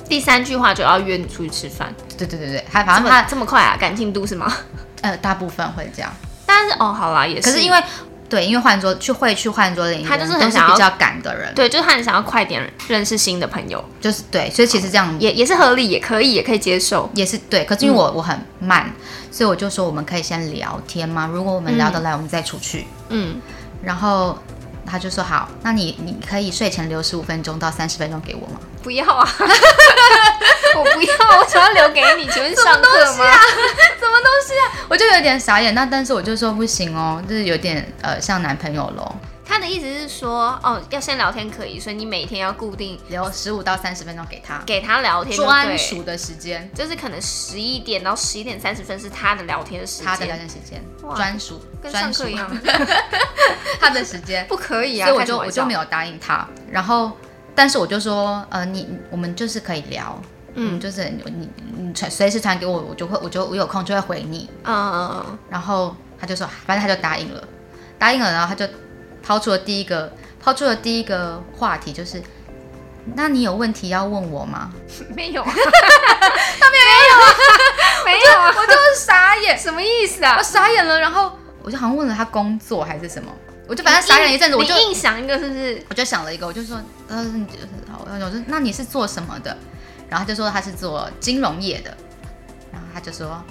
Speaker 1: 第三句话就要约你出去吃饭，
Speaker 2: 对对对对，他反
Speaker 1: 这
Speaker 2: 正
Speaker 1: 么
Speaker 2: 他
Speaker 1: 这么快啊？感进度是吗？
Speaker 2: 呃大部分会这样，
Speaker 1: 但是哦，好啦，也是，
Speaker 2: 可是因为对，因为换桌去会去换桌的人，
Speaker 1: 他就是很
Speaker 2: 都是
Speaker 1: 想要
Speaker 2: 比较赶的人，
Speaker 1: 对，就是他很想要快点认识新的朋友，
Speaker 2: 就是对，所以其实这样
Speaker 1: 也也是合理，也可以，也可以接受。
Speaker 2: 也是对，可是因为我、
Speaker 1: 嗯
Speaker 2: 我很慢，所以我就说我们可以先聊天吗？如果我们聊得来，我们再出去。
Speaker 1: 嗯，
Speaker 2: 然后他就说好，那你你可以睡前留十五分钟到三十分钟给 我吗？
Speaker 1: 不要啊，我不要，我想要留给你。请问上课吗？
Speaker 2: 啊我就有点傻眼，那但是我就说不行哦，就是有点呃像男朋友喽，
Speaker 1: 他的意思是说，哦，要先聊天可以，所以你每天要固定
Speaker 2: 留十五到三十分钟给他
Speaker 1: 给他聊天就对
Speaker 2: 专，属的时间，
Speaker 1: 就是可能十一点到十一点三十分是他的聊天的时间，
Speaker 2: 他的聊天时间
Speaker 1: 哇
Speaker 2: 专属
Speaker 1: 跟上
Speaker 2: 专属
Speaker 1: 课一样，
Speaker 2: 他的时 间，
Speaker 1: 不可以啊。
Speaker 2: 所以我就我就没
Speaker 1: 有，
Speaker 2: 有答应他，然后。但是我就说，呃，你我们就是可以聊，嗯，
Speaker 1: 嗯
Speaker 2: 就是你你你传随时传给我，我就会我就我有空就会回你，
Speaker 1: 嗯嗯
Speaker 2: 然后他就说，反正他就答应了，答应了，然后他就抛出了第一个抛出了第一个话题，就是那你有问题要问 我吗？
Speaker 1: 嗯，没有啊，他没有啊，没有啊，
Speaker 2: 我就傻眼，
Speaker 1: 什么意思啊
Speaker 2: 我？傻眼了，然后我就好像问了他工作还是什么，我就反正傻眼一阵子，我
Speaker 1: 你
Speaker 2: 就
Speaker 1: 硬想一个是不是？
Speaker 2: 我就想了一个，我就说，呃，你好我说那你是做什么的？然后他就说他是做金融业的，然后他就说，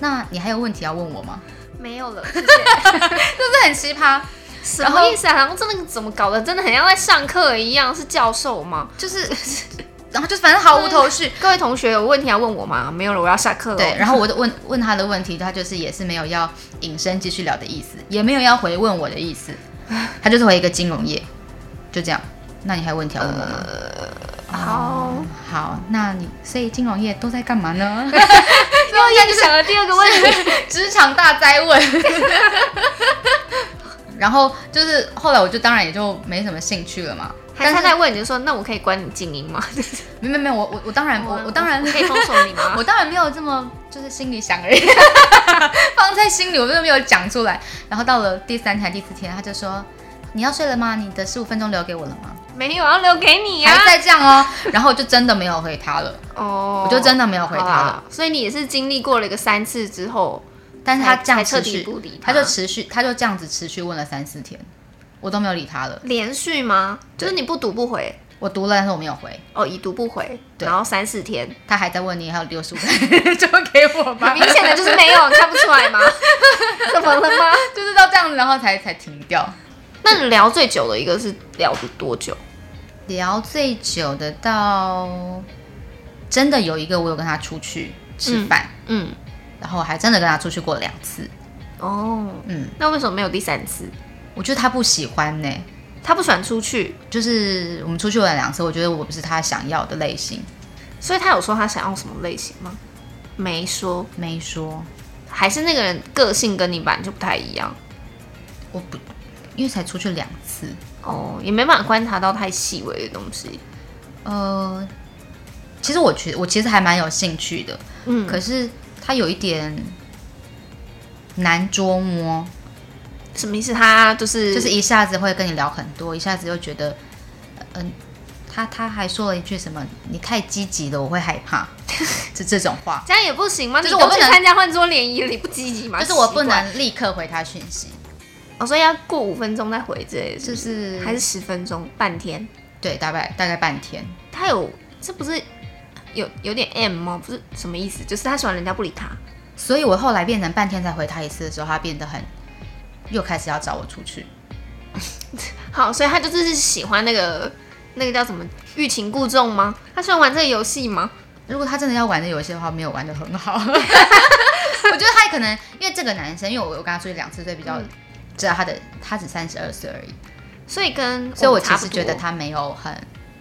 Speaker 2: 那你还有问题要问 我吗？
Speaker 1: 没有了，谢谢。
Speaker 2: 是不是很奇葩？
Speaker 1: 什么意思啊？然后真的怎么搞的？真的很像在上课一样，是教授吗？
Speaker 2: 就是， 然后就反正
Speaker 1: 啊
Speaker 2: 毫无头绪。
Speaker 1: 各位同学有问题要问我吗？没有了，我要下课了。
Speaker 2: 对，然后我就问问他的问题，他就是也是没有要引申继续聊的意思，也没有要回问我的意 思，他就是回一个金融业，就这样。那你还有问题要问我吗？
Speaker 1: 呃
Speaker 2: 哦
Speaker 1: 好，
Speaker 2: 好，那你所以金融业都在干嘛 呢？
Speaker 1: 又又想了第二个问题，
Speaker 2: 职场大灾问。 然后就是后来我就当然也就没什么兴趣了嘛。
Speaker 1: 还
Speaker 2: 但
Speaker 1: 是
Speaker 2: 是
Speaker 1: 他在问你就说，那我可以关你静音吗？
Speaker 2: 没没没，我我我当然我我当然
Speaker 1: 我可以封锁你吗？
Speaker 2: 我当然没有这么就是心里想而已， 放在心里，我真的没有讲出来。然后到了第三天、第四天，他就说：“你要睡了吗？你的十五分钟留给我了吗
Speaker 1: 没有，要留给？”你啊呀、
Speaker 2: 还在这样哦，然后我就真的没有回他了，
Speaker 1: 哦，
Speaker 2: 我就真的没有回他
Speaker 1: 好
Speaker 2: 了。
Speaker 1: 啦。所以你也是经历过了一个三次之后，
Speaker 2: 但是他
Speaker 1: 才
Speaker 2: 这样
Speaker 1: 才彻底
Speaker 2: 持续
Speaker 1: 不理，
Speaker 2: 他
Speaker 1: 他
Speaker 2: 就持续，他就这样子持续问了三四天，我都没有理他了。
Speaker 1: 连续吗？就是你不读不回，
Speaker 2: 我读了，但是我没有回，
Speaker 1: 哦，已读不回，
Speaker 2: 对
Speaker 1: 然后三四天，
Speaker 2: 他还在问你还有六十五分钟 给我吧
Speaker 1: 很，明显的就是没有，你看不出 来吗？怎么了吗？
Speaker 2: 就是到这样子，然后才才停掉。
Speaker 1: 那你聊最久的一个是聊多久？
Speaker 2: 聊最久的到真的有一个，我有跟他出去吃饭，
Speaker 1: 嗯，
Speaker 2: 然后我还真的跟他出去过两次。
Speaker 1: 哦，
Speaker 2: 嗯，
Speaker 1: 那为什么没有第三次？
Speaker 2: 我觉得他不喜欢呢、
Speaker 1: 他不喜欢出去，
Speaker 2: 就是我们出去玩两次，我觉得我不是他想要的类型，
Speaker 1: 所以他有说他想要什么类型吗？没说，
Speaker 2: 没说，
Speaker 1: 还是那个人个性跟你本来就不太一样
Speaker 2: 我不，因为才出去两次，
Speaker 1: 哦，也没办法观察到太细微的东西。
Speaker 2: 呃，其实我觉我其实还蛮有兴趣的，
Speaker 1: 嗯，
Speaker 2: 可是他有一点难捉摸，
Speaker 1: 什么意思？他就是
Speaker 2: 就是一下子会跟你聊很多，一下子又觉得，呃嗯、他他还说了一句什么“你太积极了，我会害怕”， 就这种话，
Speaker 1: 这样也不行吗？
Speaker 2: 就是
Speaker 1: 你都
Speaker 2: 我不
Speaker 1: 去
Speaker 2: 能
Speaker 1: 参加换桌联谊了，你不积极吗？
Speaker 2: 就是我
Speaker 1: 奇
Speaker 2: 不
Speaker 1: 怪，
Speaker 2: 能立刻回他讯息，
Speaker 1: 我说要过五分钟再回之类的，
Speaker 2: 就是是
Speaker 1: 还是十分钟，半天。
Speaker 2: 对大概大概半天，
Speaker 1: 他有这不是有有点 M 吗？不是什么意思？就是他喜欢人家不理他。
Speaker 2: 所以我后来变成半天才回他一次的时候，他变得很又开始要找我出去，
Speaker 1: 好，所以他就是喜欢那个那个叫什么欲擒故纵吗？他喜欢玩这个游戏吗？
Speaker 2: 如果他真的要玩的游戏的话，没有玩的很好。 我觉得他可能因为这个男生，因为我有跟他出去两次，所以比较
Speaker 1: 嗯
Speaker 2: 知道他的他只三十二岁而已，
Speaker 1: 所以跟
Speaker 2: 所以我其
Speaker 1: 差不
Speaker 2: 实
Speaker 1: 多
Speaker 2: 觉得他没有很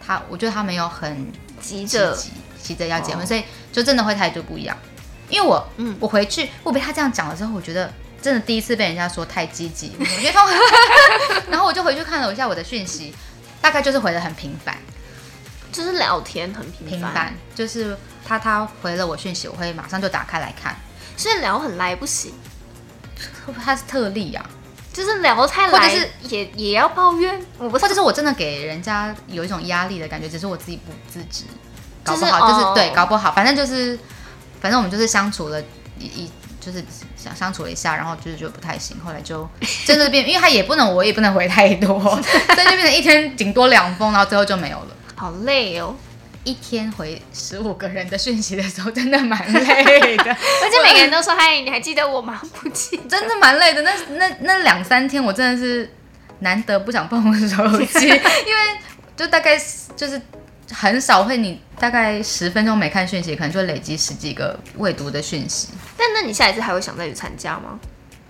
Speaker 2: 他，我觉得他没有很
Speaker 1: 急
Speaker 2: 积
Speaker 1: 着
Speaker 2: 极急着要结婚，
Speaker 1: 哦
Speaker 2: 所以就真的会态度不一样。因为我
Speaker 1: 嗯
Speaker 2: 我回去我被他这样讲了之后，我觉得真的第一次被人家说太积 极，我觉得他 然后我就回去看了一下我的讯息，大概就是回的很频繁。
Speaker 1: 就是聊天很频
Speaker 2: 平凡，就是他他回了我讯息，我会马上就打开来看。
Speaker 1: 所以聊很来不行，
Speaker 2: 他是特例啊，
Speaker 1: 就是聊太来，
Speaker 2: 或者是
Speaker 1: 也也要抱怨。我不
Speaker 2: 或者是我真的给人家有一种压力的感觉，只是我自己不自知，搞
Speaker 1: 就是
Speaker 2: 不好就是、
Speaker 1: 哦
Speaker 2: 对，搞不好，反正就是，反正我们就是相处了一一就是想相处了一下，然后就是觉得不太行，后 来就真的变，因为他也不能，我也不能回太多，所以就变成一天顶多两封，然后最后就没有了。
Speaker 1: 好累哦，
Speaker 2: 一天回十五个人的讯息的时候，真的蛮累的。
Speaker 1: 而且每个人都说哎嗨，你还记得我吗？不记得。
Speaker 2: 真的蛮累的。那那那两三天，我真的是难得不想碰手 机，因为就大概就是很少会，你大概十分钟没看讯息，可能就累积十几个未读的讯息。
Speaker 1: 但那你下一次还会想再去参加吗？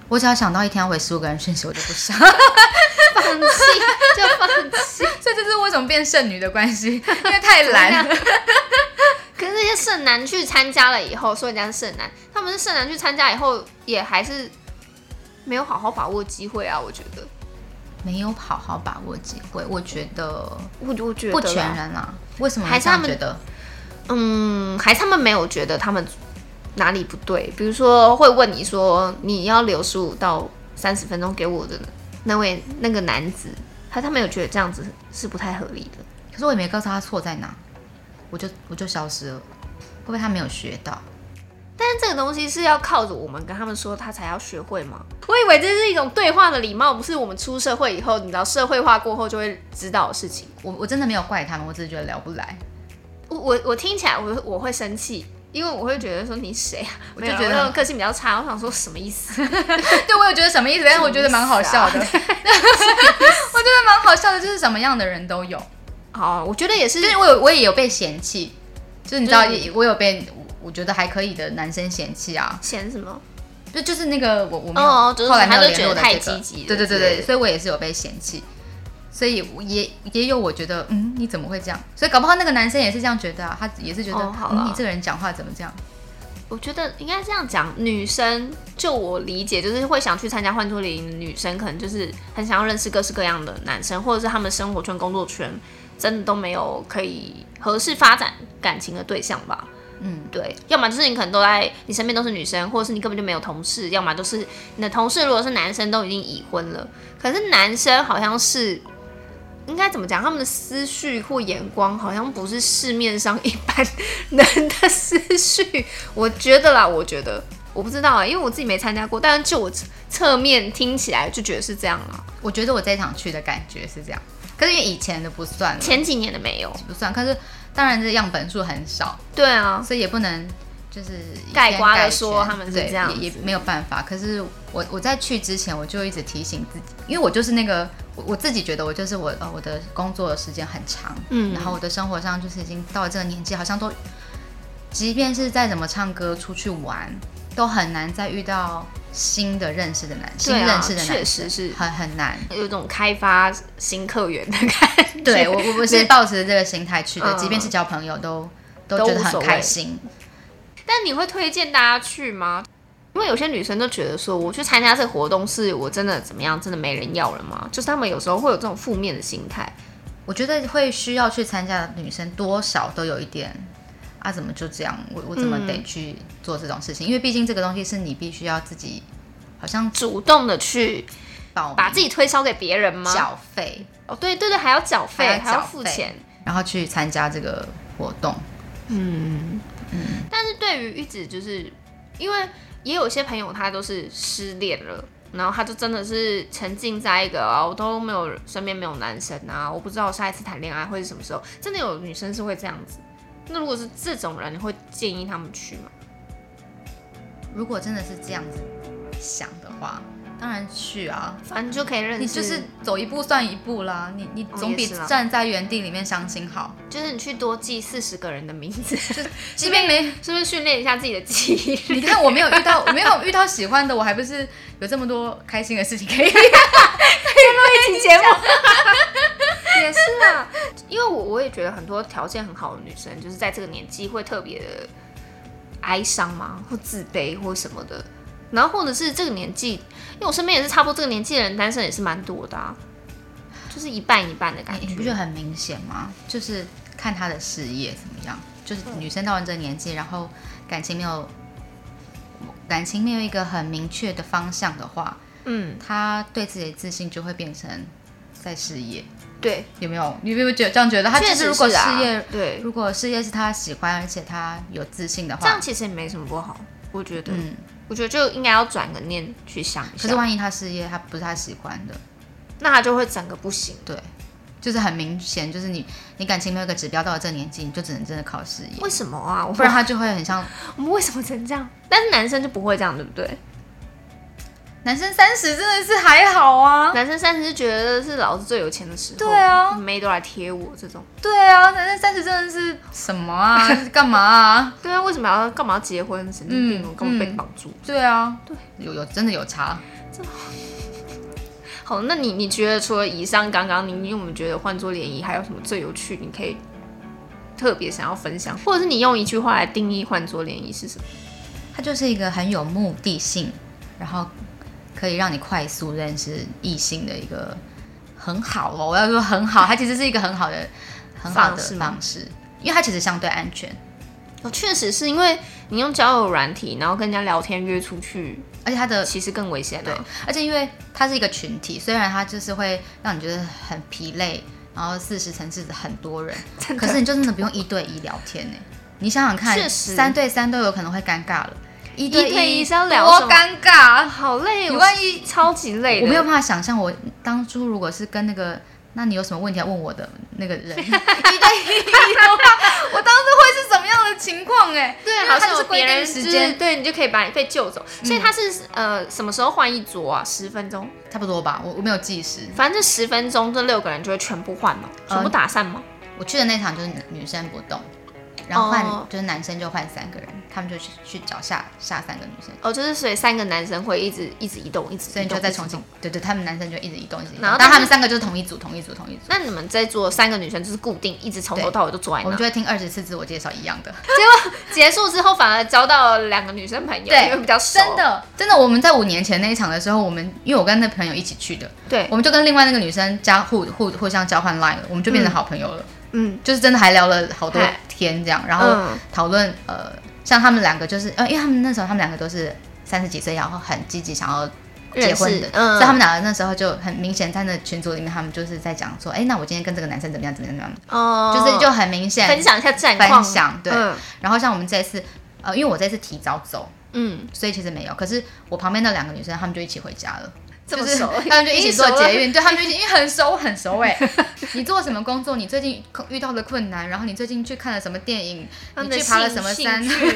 Speaker 2: 我只要想到一天要回十五个人讯息，我就 不想。
Speaker 1: 放弃就放弃。
Speaker 2: 所以这是为什么变剩女的关系，因为太 懒。
Speaker 1: 啊可是那些剩男去参加了以后，说人家是剩男，他们是剩男去参加以后，也还是没有好好把握机会啊。我觉得，
Speaker 2: 没有好好把握机会，我觉得
Speaker 1: 我我觉得啦
Speaker 2: 不全，然啦。为什么
Speaker 1: 还
Speaker 2: 你
Speaker 1: 是
Speaker 2: 这样
Speaker 1: 他们
Speaker 2: 觉得？
Speaker 1: 嗯，还是他们没有觉得他们哪里不对，比如说会问你说你要留十五到三十分钟给我的那位那个男子，他他们有觉得这样子是不太合理的。
Speaker 2: 可是我也没告诉他错在哪，我就我就消失了。会不会他没有学到？
Speaker 1: 但是这个东西是要靠着我们跟他们说，他才要学会吗？我以为这是一种对话的礼貌，不是我们出社会以后，你知道社会化过后就会知道的事情。
Speaker 2: 我我真的没有怪他们，我只是觉得聊不来，
Speaker 1: 我我我听起来我我会生气，因为我会觉得说你谁啊？
Speaker 2: 我
Speaker 1: 没有啦
Speaker 2: 就觉得
Speaker 1: 我那种个性比较差，我想说什么意思？
Speaker 2: 对我有觉得什么意思，但是我觉得蛮好笑的，我 觉得蛮好笑的，就是什么样的人都有，
Speaker 1: 好，啊我觉得也是
Speaker 2: 就，是我有我也有被嫌弃，就是你知道
Speaker 1: 就是你
Speaker 2: 我有被我我觉得还可以的男生嫌弃啊，
Speaker 1: 嫌什么？
Speaker 2: 就就是那个我我没有、
Speaker 1: 哦就是
Speaker 2: 后来没有
Speaker 1: 他就
Speaker 2: 联
Speaker 1: 觉得
Speaker 2: 络的
Speaker 1: 太
Speaker 2: 这个
Speaker 1: 积极了
Speaker 2: 对对对
Speaker 1: 之类
Speaker 2: 对，
Speaker 1: 的
Speaker 2: 所以我也是有被嫌弃，所以我也也有我觉得嗯你怎么会这样，所以搞不好那个男生也是这样觉得啊，他也是觉得、
Speaker 1: 哦好啦
Speaker 2: 嗯、你这个人讲话怎么这样，
Speaker 1: 我觉得应该这样讲，女生就我理解，就是会想去参加换桌联谊的女生，可能就是很想要认识各式各样的男生，或者是他们生活圈、工作圈真的都没有可以合适发展感情的对象吧。
Speaker 2: 嗯，
Speaker 1: 对，要么就是你可能都在你身边都是女生，或者是你根本就没有同事，要么就是你的同事如果是男生都已经已婚了，可是男生好像是应该怎么讲，他们的思绪或眼光好像不是市面上一般人的思绪，我觉得啦，我觉得我不知道啊，因为我自己没参加过，但是就我侧侧面听起来就觉得是这样啊啦，
Speaker 2: 我觉得我这一场去的感觉是这样，可是因为以前的不算了，
Speaker 1: 前几年的没有，
Speaker 2: 不算，可是当然这样本数很少，
Speaker 1: 对啊，
Speaker 2: 所以也不能就是以偏
Speaker 1: 盖瓜地
Speaker 2: 全
Speaker 1: 说他们是
Speaker 2: 对
Speaker 1: 这样子
Speaker 2: 也，也没有办法。可是我我在去之前我就一直提醒自己，因为我就是那个我我自己觉得我就是我呃我的工作的时间很长，
Speaker 1: 嗯
Speaker 2: 然后我的生活上就是已经到了这个年纪，好像都即便是再怎么唱歌出去玩，都很难再遇到新的认识的男新
Speaker 1: 对啊
Speaker 2: 认识的
Speaker 1: 确
Speaker 2: 男
Speaker 1: 实
Speaker 2: 生，
Speaker 1: 是
Speaker 2: 很很难。
Speaker 1: 有一种开发新客源的感觉，
Speaker 2: 对我我我是抱持这个心态去的，
Speaker 1: 嗯
Speaker 2: 即便是交朋友都都
Speaker 1: 都
Speaker 2: 觉得
Speaker 1: 无所
Speaker 2: 很
Speaker 1: 谓
Speaker 2: 开心。
Speaker 1: 但你会推荐大家去吗？因为有些女生就觉得说，我去参加这个活动是我真的怎么样，真的没人要了吗？就是她们有时候会有这种负面的心态。
Speaker 2: 我觉得会需要去参加的女生，多少都有一点啊，怎么就这样？我我怎么得去做这种事情？因为毕竟这个东西是你必须要自己好像
Speaker 1: 主动的去
Speaker 2: 报
Speaker 1: 把自己推销给别人吗？
Speaker 2: 缴费，
Speaker 1: 哦，对对对，还要缴费，
Speaker 2: 还
Speaker 1: 还
Speaker 2: 要
Speaker 1: 要
Speaker 2: 缴
Speaker 1: 付
Speaker 2: 费
Speaker 1: 钱。
Speaker 2: 然后去参加这个活动。
Speaker 1: 但是对于一直就是因为也有些朋友他都是失恋了，然后他就真的是沉浸在一个啊，我都没有身边没有男生啊，我不知道下一次谈恋爱会是什么时候。真的有女生是会这样子。那如果是这种人，你会建议他们去吗？
Speaker 2: 如果真的是这样子想的话，当然去啊。
Speaker 1: 反正就可以认识，
Speaker 2: 你就是走一步算一步啦，你你
Speaker 1: 哦
Speaker 2: 总
Speaker 1: 也
Speaker 2: 比
Speaker 1: 是啦
Speaker 2: 站在原地里面伤心好。
Speaker 1: 就是你去多记四十个人的名字，
Speaker 2: 就是即便没
Speaker 1: 是不是训练一下自己的记忆？
Speaker 2: 你看我没有遇 到，我没有遇到喜欢的，我还不是有这么多开心的事情可 以
Speaker 1: 一期节目也是啊，因为我我也觉得很多条件很好的女生，就是在这个年纪会特别的哀伤嘛，或自卑或什么的。然后或者是这个年纪，因为我身边也是差不多这个年纪的人，单身也是蛮多的啊，就是一半一半的感
Speaker 2: 哎你
Speaker 1: 觉。
Speaker 2: 你不觉得很明显吗？就是看她的事业怎么样，就是女生到了这个年纪，然后感情没有感情没有一个很明确的方向的话，
Speaker 1: 嗯，
Speaker 2: 她对自己的自信就会变成在事业，
Speaker 1: 对，
Speaker 2: 有没有？你有没有觉得这样觉得？她
Speaker 1: 确
Speaker 2: 就
Speaker 1: 实
Speaker 2: 如果
Speaker 1: 是
Speaker 2: 事
Speaker 1: 啊
Speaker 2: 业，
Speaker 1: 对，
Speaker 2: 如果事业是她喜欢，而且她有自信的
Speaker 1: 这样
Speaker 2: 话，
Speaker 1: 其实也没什么不好，我觉得，
Speaker 2: 嗯，
Speaker 1: 我觉得就应该要转个念去想一
Speaker 2: 可是
Speaker 1: 下，
Speaker 2: 万一她事业她不是她喜欢的，
Speaker 1: 那他就会整个不行。
Speaker 2: 对，就是很明显，就是你你感情没有一个指标，到了这个年纪，你就只能真的靠事业，
Speaker 1: 为什么啊？我
Speaker 2: 不然他就会很像
Speaker 1: 我们为什么成这样？但是男生就不会这样，对不对？
Speaker 2: 男生三十真的是还好 啊，
Speaker 1: 男生三十是觉得是老子最有钱的时候，
Speaker 2: 对啊
Speaker 1: 妹都来贴我这种。
Speaker 2: 对啊，男生三十真的是什 么啊？干嘛啊？
Speaker 1: 对啊，为什么要干嘛要结婚？神经病！
Speaker 2: 嗯
Speaker 1: 我根本被绑住。
Speaker 2: 对啊，
Speaker 1: 对，
Speaker 2: 有有真的有差，
Speaker 1: 好，那你你觉得除了以上刚刚你你有没有觉得换做联谊还有什么最有趣？你可以特别想要分享，或者是你用一句话来定义换做联谊是什么？
Speaker 2: 他就是一个很有目的性，然后可以让你快速认识异性的一个很好哦，我要说很好，它其实是一个很好的很好的
Speaker 1: 方式吗
Speaker 2: 方式，因为它其实相对安全，
Speaker 1: 哦，确实是因为你用交友软体，然后跟人家聊天约出去，
Speaker 2: 而且它的
Speaker 1: 其实更危险、啊。
Speaker 2: 对，而且因为它是一个群体，虽然它就是会让你觉得很疲累，然后四十层次很多人，
Speaker 1: 真的
Speaker 2: 可是你就真的不用一对一聊天呢、你想想看，
Speaker 1: 确实
Speaker 2: 三对三都有可能会尴尬了，一
Speaker 1: 对一
Speaker 2: 对
Speaker 1: 是要聊什
Speaker 2: 多
Speaker 1: 么哎
Speaker 2: 尴尬。
Speaker 1: 啊好累，
Speaker 2: 你
Speaker 1: 我
Speaker 2: 万一
Speaker 1: 超级累的，
Speaker 2: 我没有办法想象，我当初如果是跟那个，那你有什么问题要问我的那 个人一对一的话，我当时会是什么样的情况、哎，
Speaker 1: 对，
Speaker 2: 因为
Speaker 1: 好
Speaker 2: 它
Speaker 1: 像
Speaker 2: 就
Speaker 1: 有
Speaker 2: 是规
Speaker 1: 别
Speaker 2: 定
Speaker 1: 人
Speaker 2: 时
Speaker 1: 就是
Speaker 2: 间，
Speaker 1: 对你就可以把你被救走。所以
Speaker 2: 嗯
Speaker 1: 他是呃什么时候换一桌啊？十分钟，
Speaker 2: 差不多吧，我我没有计时。
Speaker 1: 反正这十分
Speaker 2: 呃
Speaker 1: 钟这六个人就会全部换嘛，全部打散嘛。
Speaker 2: 我去的那场就是女女生不动，然后换、
Speaker 1: 哦
Speaker 2: 就是男生就换三个人，他们就去去找下下三个女生，
Speaker 1: 哦，就是所以三个男生会一直一直移动，一直移动
Speaker 2: 所以你就再重
Speaker 1: 一直移
Speaker 2: 新
Speaker 1: 动。
Speaker 2: 对对，他们男生就一直移动一直移动，
Speaker 1: 然后但
Speaker 2: 但
Speaker 1: 是
Speaker 2: 他们三个就是同一组同一组同一组，
Speaker 1: 那你们在做三个女生就是固定，一直从头
Speaker 2: 对
Speaker 1: 到尾都坐在
Speaker 2: 我
Speaker 1: 那
Speaker 2: 们就。会听二十次自我介绍一样 的，
Speaker 1: 结束之后反而交到了两个女生朋友，
Speaker 2: 对
Speaker 1: 因为比较熟。
Speaker 2: 真，的真的，我们在五年前那一场的时候，我们因为我跟那朋友一起去的，
Speaker 1: 对，
Speaker 2: 我们就跟另外那个女生加互互互相交换 line 了，我们就变成好朋友了，
Speaker 1: 嗯，
Speaker 2: 就是真的还聊了好多
Speaker 1: 嗨
Speaker 2: 天这样，然后
Speaker 1: 嗯
Speaker 2: 讨论、呃，像他们两个就是呃，因为他们那时候他们两个都是三十几岁，然后很积极想要结婚
Speaker 1: 认
Speaker 2: 的
Speaker 1: 识，嗯
Speaker 2: 所以他们两个那时候就很明显在那群组里面，他们就是在讲说，哎、那我今天跟这个男生怎么样怎么样怎么样，
Speaker 1: 哦，
Speaker 2: 就是就很明显
Speaker 1: 分享一下战况，
Speaker 2: 分享对
Speaker 1: 嗯
Speaker 2: 然后像我们这一次，呃，因为我这次提早走，
Speaker 1: 嗯，
Speaker 2: 所以其实没有，可是我旁边那两个女生她们就一起回家了。
Speaker 1: 这么
Speaker 2: 就是
Speaker 1: 熟，
Speaker 2: 他们就一起做捷
Speaker 1: 运。
Speaker 2: 运，对他们就一起，因为很熟很熟哎。你做什么工作？你最近遇到的困难，然后你最近去看了什么电影？
Speaker 1: 他
Speaker 2: 你
Speaker 1: 们的
Speaker 2: 去爬了
Speaker 1: 兴
Speaker 2: 什么山？
Speaker 1: 兴
Speaker 2: 对，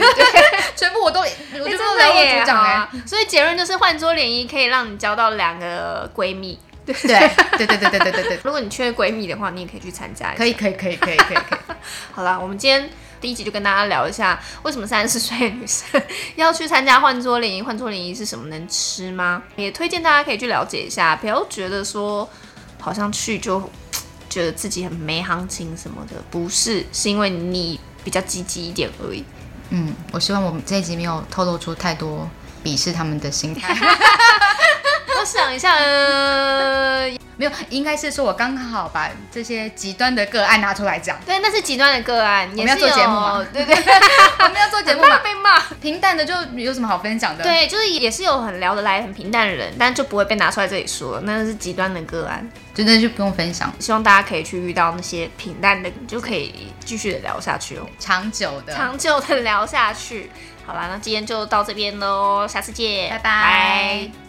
Speaker 2: 全部我都，我全部
Speaker 1: 哎
Speaker 2: 都
Speaker 1: 真
Speaker 2: 来
Speaker 1: 的
Speaker 2: 我
Speaker 1: 耶
Speaker 2: 组长哎。
Speaker 1: 啊！所以结论就是换桌联谊可以让你交到两个闺蜜。
Speaker 2: 对对对对对对对对，
Speaker 1: 如果你缺闺蜜的话，你也可以去参加一下。
Speaker 2: 可以可以可以可以可以可以。
Speaker 1: 好啦，我们今天第一集就跟大家聊一下，为什么三十岁的女生要去参加换桌联谊？换桌联谊是什么？能吃吗？也推荐大家可以去了解一下，不要觉得说好像去就觉得自己很没行情什么的，不是，是因为你比较积极一点而 已。
Speaker 2: 嗯，我希望我们这一集没有透露出太多鄙视他们的心态。
Speaker 1: 我想一下，呃，
Speaker 2: 没有，应该是说我刚好把这些极端的个案拿出来讲。
Speaker 1: 对，那是极端的个案，也
Speaker 2: 们要
Speaker 1: 是
Speaker 2: 做节目
Speaker 1: 有
Speaker 2: 嘛
Speaker 1: 对对，
Speaker 2: 我们要做节目
Speaker 1: 很怕
Speaker 2: 嘛，
Speaker 1: 被骂。
Speaker 2: 平淡的就有什么好分享的？，
Speaker 1: 对，就是也是有很聊得来、很平淡的人，但就不会被拿出来这里说，那是极端的个案。
Speaker 2: 真的就不用分享。
Speaker 1: 希望大家可以去遇到那些平淡的，你就可以继续的聊下去哦，
Speaker 2: 长久的，
Speaker 1: 长久的聊下去。好啦，那今天就到这边喽，下次见，
Speaker 2: 拜拜
Speaker 1: 拜